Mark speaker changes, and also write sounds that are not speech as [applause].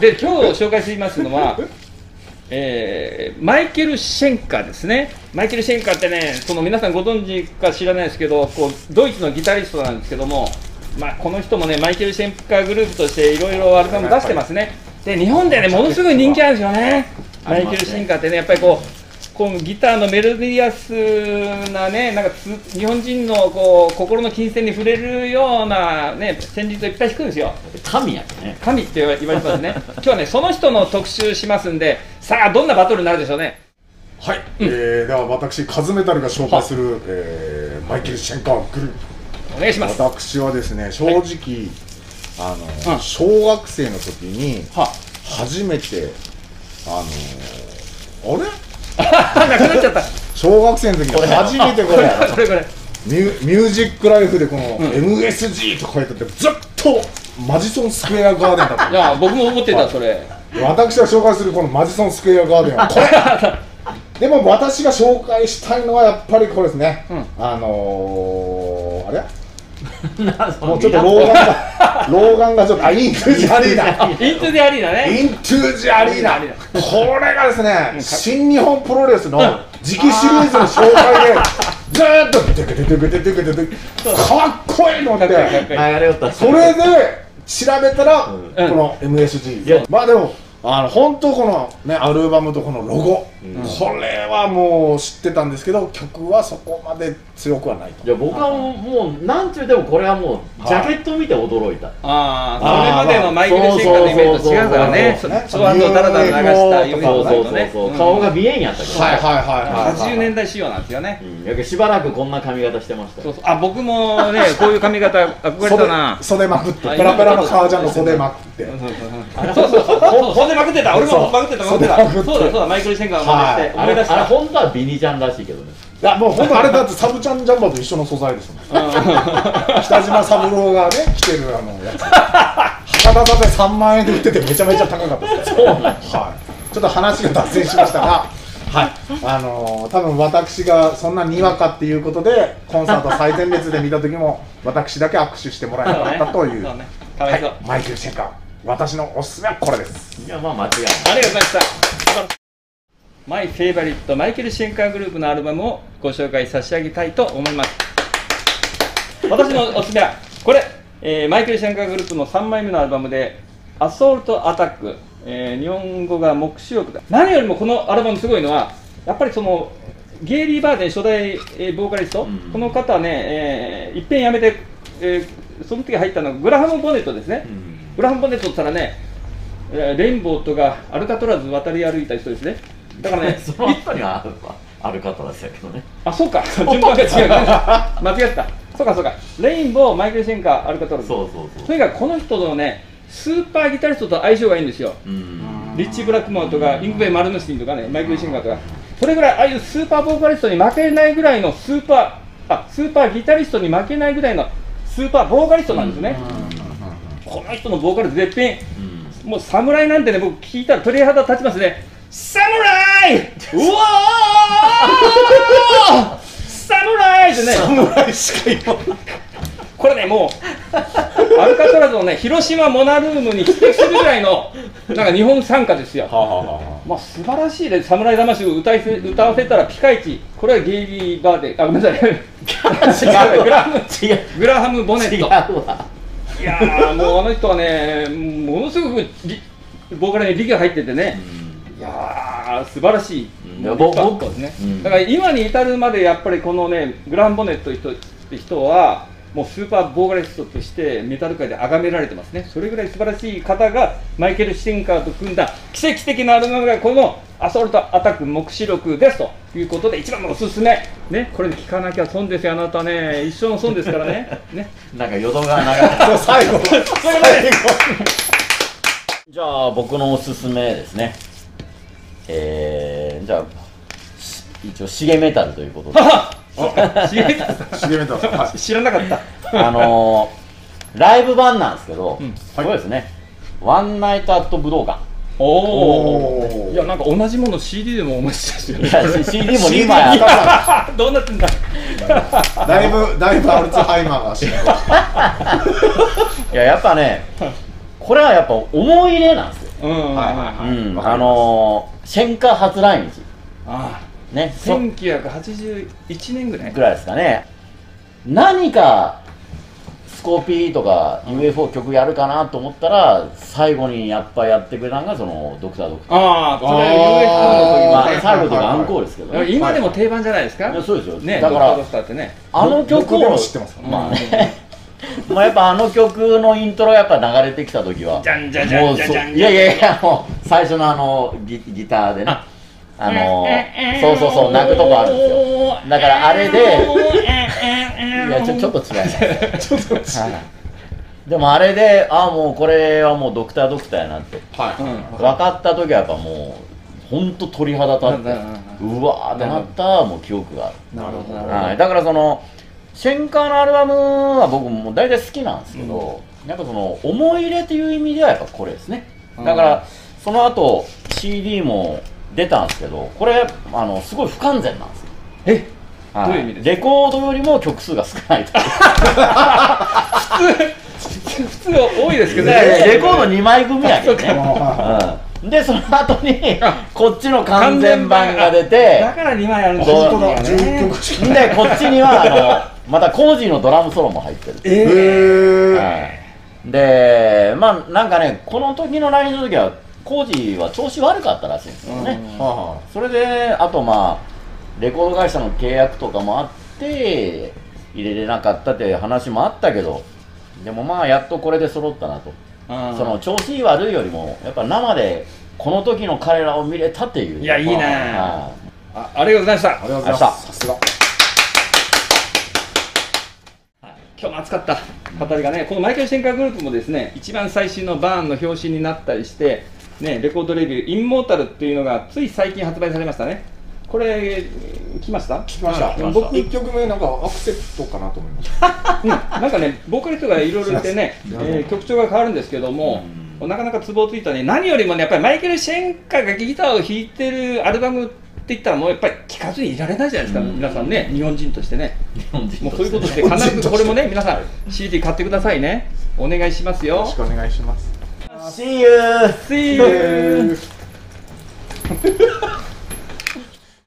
Speaker 1: で今日紹介しますのは、 [laughs] えーマイケル・シェンカーですねマイケル・シェンカーってねその皆さんご存知か知らないですけどこうドイツのギタリストなんですけども、まあ、この人もねマイケル・シェンカーグループとしていろいろアルバム出してますねで日本でねものすごい人気あるんですよねマイケル・シェンカーってねやっぱりこうこうギターのメロディアスなねなんかつ日本人のこう心の金銭に触れるようなね旋律をいっぱい弾くんですよ
Speaker 2: 神やけね [laughs]
Speaker 1: 神って言われてますね今日はねその人の特集しますんでさあどんなバトルになるでしょうね
Speaker 3: はい、えー、では私カズメタルが紹介する、えーマイケル・シェンカーグループ
Speaker 1: お願いしますは
Speaker 3: 私はですね正直、あの、
Speaker 1: うん
Speaker 3: 小学生の時に
Speaker 1: あ
Speaker 3: 初めてあのあれ
Speaker 1: なくなっちゃった
Speaker 3: 小学生の時に初めてこれ
Speaker 1: これこれ
Speaker 3: ミュミュージックライフでこの MSG と書いてあってずっとマジソンスクエアガーデンだった
Speaker 1: いや僕も思ってたそれ
Speaker 3: 私が紹介するこのマジソンスクエアガーデンはこれ
Speaker 1: [laughs]
Speaker 3: でも私が紹介したいのはやっぱりこれですね、あのー、あれもうちょっと老眼が [laughs] 老眼がちょっとあイントゥジアリーナ
Speaker 1: イントゥデアリーナね
Speaker 3: イントゥジアリーナ
Speaker 1: イントゥジアリーナ
Speaker 3: これがですね新日本プロレスの次期シリーズの紹介でずーっとデケデケデケデケデケデケかっこいいのっ
Speaker 1: かっこいいかってこいい
Speaker 2: やれよった
Speaker 3: それで調べたら、この MSG、
Speaker 2: いや
Speaker 3: まあでもあの本当このねアルバムとこのロゴ、これはもう知ってたんですけど曲はそこまで強くはないと
Speaker 2: いや僕はもうもうなんちゅうでもこれはもうジャケット見て驚いた
Speaker 1: あ
Speaker 3: あ
Speaker 1: あ
Speaker 3: ー
Speaker 1: それまでのマイケル・シェンカーのイメージと違うからねそ
Speaker 3: そ
Speaker 1: う
Speaker 3: そうそうそ
Speaker 1: そ
Speaker 3: う
Speaker 1: うあとダラダラ流した有
Speaker 3: 有名
Speaker 1: 名
Speaker 3: な
Speaker 1: な
Speaker 2: そう
Speaker 3: バ
Speaker 2: そう
Speaker 3: イ
Speaker 1: の
Speaker 2: そう
Speaker 1: ね
Speaker 2: そう、
Speaker 1: うん
Speaker 2: 顔が見えんやったけど、
Speaker 3: はいはいはいはい
Speaker 1: 80年代仕様なんですよね
Speaker 2: うん、やけしばらくこんな髪型してました
Speaker 1: そう
Speaker 2: よ
Speaker 1: そうあ僕もねこういう髪型憧れてたな
Speaker 3: 袖袖まくって
Speaker 1: あ
Speaker 3: ペラペラの革ジャンの袖まくって
Speaker 1: そうそうそうほほんでまくってた俺もまくってたまくってたそうだそうだマイケル・シェンカーを真似して
Speaker 2: あ
Speaker 1: 思
Speaker 2: れ
Speaker 1: い出し
Speaker 2: あれ
Speaker 1: た
Speaker 2: 本当はビニちゃんらしいけどね
Speaker 3: いやもう本当あれだってサブちゃんジャンバーと一緒の素材ですもん [laughs] 北島三郎がね着てるあのやつ博多で3万円で売っててめちゃめちゃ高かったですそうはい、ちょっと話が脱線しましたがはいあのー多分私がそんなにわかっていうことでコンサート最前列で見た時も私だけ握手してもらえなかったという
Speaker 1: そうねかわいそう
Speaker 3: はい、マイケル・シェンカー私のおすすめはこれです
Speaker 2: いやまあ間違
Speaker 1: あ
Speaker 2: い [laughs] ない
Speaker 1: りがとうございました。マイフェイバリットマイケル・シェンカーグループのアルバムをご紹介差し上げたいと思います。私のおすすめは、これ、えーマイケル・シェンカーグループの3枚目のアルバムで、アソルト・アタック、えー日本語が目視録だ。何よりもこのアルバムすごいのは、やっぱりその、ゲイリー・バーデン初代、えーボーカリスト、
Speaker 2: うん
Speaker 1: この方はね、えーいっぺん辞めて、えーその時入ったのがグラハム・ボネットですね。
Speaker 2: うん
Speaker 1: グラハム・ボネットって言ったらね、えーレインボーとかアルカトラズ渡り歩いた人ですね。だからね、
Speaker 2: [laughs] その後にはある方ですやけどね
Speaker 1: あ、そうか、 [laughs] 順番が違うか。間違った。そうか、そうか。レインボー、マイケル・シェンカー、アルカトラズ。
Speaker 2: そうそう
Speaker 1: と
Speaker 2: そう
Speaker 1: にかくこの人のね、スーパーギタリストと相性がいいんですよ。
Speaker 2: [laughs] うん
Speaker 1: リッチー・ブラックモアとか、イングベイ・マルヌスティンとかね、マイケル・シェンカーとか。それぐらい、ああいうスーパーボーカリストに負けないぐらいのスーパー、あ、スーパーギタリストに負けないぐらいのスーパーボーカリストなんですね。この人のボーカル絶品。
Speaker 2: うん
Speaker 1: もう侍なんてね、僕聞いたら鳥肌立ちますね。侍うわー侍ってね、
Speaker 3: 侍しか言わない
Speaker 1: これね、もう、アルカトラズのね、広島モナルームに匹敵するぐらいの、なんか日本参加ですよ。まあ、素晴らしいです、侍魂を歌いせ歌わせたらピカイチ、これはゲイリー・バーデン、あ、ごめんなさい、 [laughs] 違うグラハム
Speaker 2: [laughs] 違う
Speaker 1: グラハム・ボネッ
Speaker 2: 違う
Speaker 1: ト。
Speaker 2: わ
Speaker 1: いやー、もうあの人はね、ものすごくりボーカルに力が入っててね。いやー素晴らしい、
Speaker 2: うん
Speaker 1: もう
Speaker 2: 僕
Speaker 1: 僕ですね、
Speaker 2: うん
Speaker 1: だから今に至るまでやっぱりこのねグランボネット人って人はもうスーパーボーカリストとしてメタル界で崇められてますねそれぐらい素晴らしい方がマイケル・シンカーと組んだ奇跡的なアルバムがこの「アソルト・アタック目視録」ですということで一番のおすすめねこれ聞かなきゃ損ですよあなたね一生の損ですからねね
Speaker 2: なんか淀川流れ
Speaker 3: そう最後最後
Speaker 2: じゃあ僕のおすすめですねえー、じゃあし一応シゲメタルという
Speaker 3: [laughs]
Speaker 2: ことで
Speaker 1: 知らなかっ
Speaker 3: 重太さん、はい
Speaker 1: た知らなかった
Speaker 2: あのー、ライブ版なんですけど、
Speaker 1: うん
Speaker 2: そうですね「ワンナイトアット武道館
Speaker 1: おお
Speaker 3: おー
Speaker 1: いやなんか同じもの CD でもお持ちですよ」ね
Speaker 2: い
Speaker 3: [laughs]
Speaker 2: や CD も2枚あっ
Speaker 1: あ [laughs] どうなってんだ
Speaker 3: だいぶだいぶアルツハイマーが進行して
Speaker 2: たいややっぱねこれはやっぱ思い入れなんですよ
Speaker 1: うんうんうん
Speaker 3: はいはいはい
Speaker 2: うん、
Speaker 3: わかります
Speaker 2: あのー、シェンカ初来日
Speaker 1: あ
Speaker 2: ね
Speaker 1: あ
Speaker 2: そ
Speaker 1: 1981年ぐらい
Speaker 2: ぐらいですかね何かスコーピーとか UFO 曲やるかなと思ったら最後にやっぱやってくれたのがそのドクター・ドクター
Speaker 1: ああこれ
Speaker 2: ま
Speaker 1: は UFO の
Speaker 2: あ
Speaker 1: 時
Speaker 3: ー
Speaker 1: のね
Speaker 2: 最後とかアンコールですけど
Speaker 1: だから
Speaker 2: ね
Speaker 1: 今でも定番じゃないですか
Speaker 2: いやそうですよ
Speaker 1: ねだ
Speaker 2: だか
Speaker 1: かららドクターってね
Speaker 2: あの曲
Speaker 3: 僕で
Speaker 2: を
Speaker 3: も知ってますからね
Speaker 2: まあねまあやっぱあの曲のイントロやっぱ流れてきた時は
Speaker 1: じゃんじゃんじゃん
Speaker 2: もう
Speaker 1: じゃん
Speaker 2: そう
Speaker 1: じゃん
Speaker 2: いやいやいやもう最初のあのギギターでね
Speaker 1: あ
Speaker 2: あのーそうそうそう泣くとこあるんですよだからあれでいやちょちょっと違います
Speaker 3: ちょっと違う
Speaker 2: はいでもあれでああもうこれはもうドクタードクターやなって
Speaker 3: は
Speaker 1: う
Speaker 3: い、
Speaker 1: ん
Speaker 2: 分かった時はやっぱもうほんと鳥肌立ってうわーってなったもう記憶がある、
Speaker 1: なるほどなるほど
Speaker 2: はい、だからそのシェンカーのアルバムは僕も大体好きなんですけど、やっぱその思い入れという意味ではやっぱこれですね
Speaker 1: う
Speaker 2: だ
Speaker 1: ん
Speaker 2: からその後 CD も出たんですけどこれあのすごい不完全なんですよ
Speaker 1: え
Speaker 2: は
Speaker 1: どういう意味ですか
Speaker 2: レコードよりも曲数が少ないと
Speaker 1: 普通は多いですけどね
Speaker 2: レコード2枚組やけどね
Speaker 3: あ
Speaker 2: うんでその後に
Speaker 1: あ
Speaker 2: こっちの完全版が出て
Speaker 1: だから2枚あるんで
Speaker 3: ー
Speaker 1: す
Speaker 2: そう
Speaker 1: よ
Speaker 3: 本当だ11曲しかない
Speaker 2: でこっちにはあのまたコージーのドラムソロも入ってる、
Speaker 3: え
Speaker 1: え
Speaker 2: はいでまあなんかねこの時の来日の時はコージーは調子悪かったらしいんですよね、
Speaker 1: うん
Speaker 3: ーは
Speaker 2: それであとまあレコード会社の契約とかもあって入れれなかったって話もあったけどでもまあやっとこれで揃ったなと
Speaker 1: ー
Speaker 2: その調子悪いよりもやっぱ生でこの時の彼らを見れたっていう
Speaker 1: い
Speaker 2: い
Speaker 1: やいいな
Speaker 2: は
Speaker 1: あありがとうございまし
Speaker 3: い
Speaker 1: た
Speaker 3: ありがとうございますさすが
Speaker 1: 今日も暑かった語りがねこのマイケル・シェンカーグループもですね一番最新のバーンの表紙になったりしてねレコードレビュー「インモータル」っていうのがつい最近発売されましたねこれ来ました
Speaker 3: 聞きました
Speaker 2: うん
Speaker 3: 僕1曲目なんかアクセントかなと思いました
Speaker 1: うんなんかね、ボーカリストがいろいろいてね、え
Speaker 3: なるほど
Speaker 1: ー曲調が変わるんですけども、なかなかツボをついたね、何よりもね、やっぱりマイケル・シェンカーがギターを弾いてるアルバムって言ったら、もうやっぱり聴かずにいられないじゃないですか、
Speaker 2: うん
Speaker 1: 皆さんね、日本人としてね。
Speaker 2: い
Speaker 1: もうそういうことで、
Speaker 3: 日本人として
Speaker 1: 必ずこれもね、皆さん、CD 買ってくださいね。お願いします
Speaker 3: よ
Speaker 1: よ
Speaker 3: ろし。くお願いします
Speaker 2: See you!
Speaker 1: See you!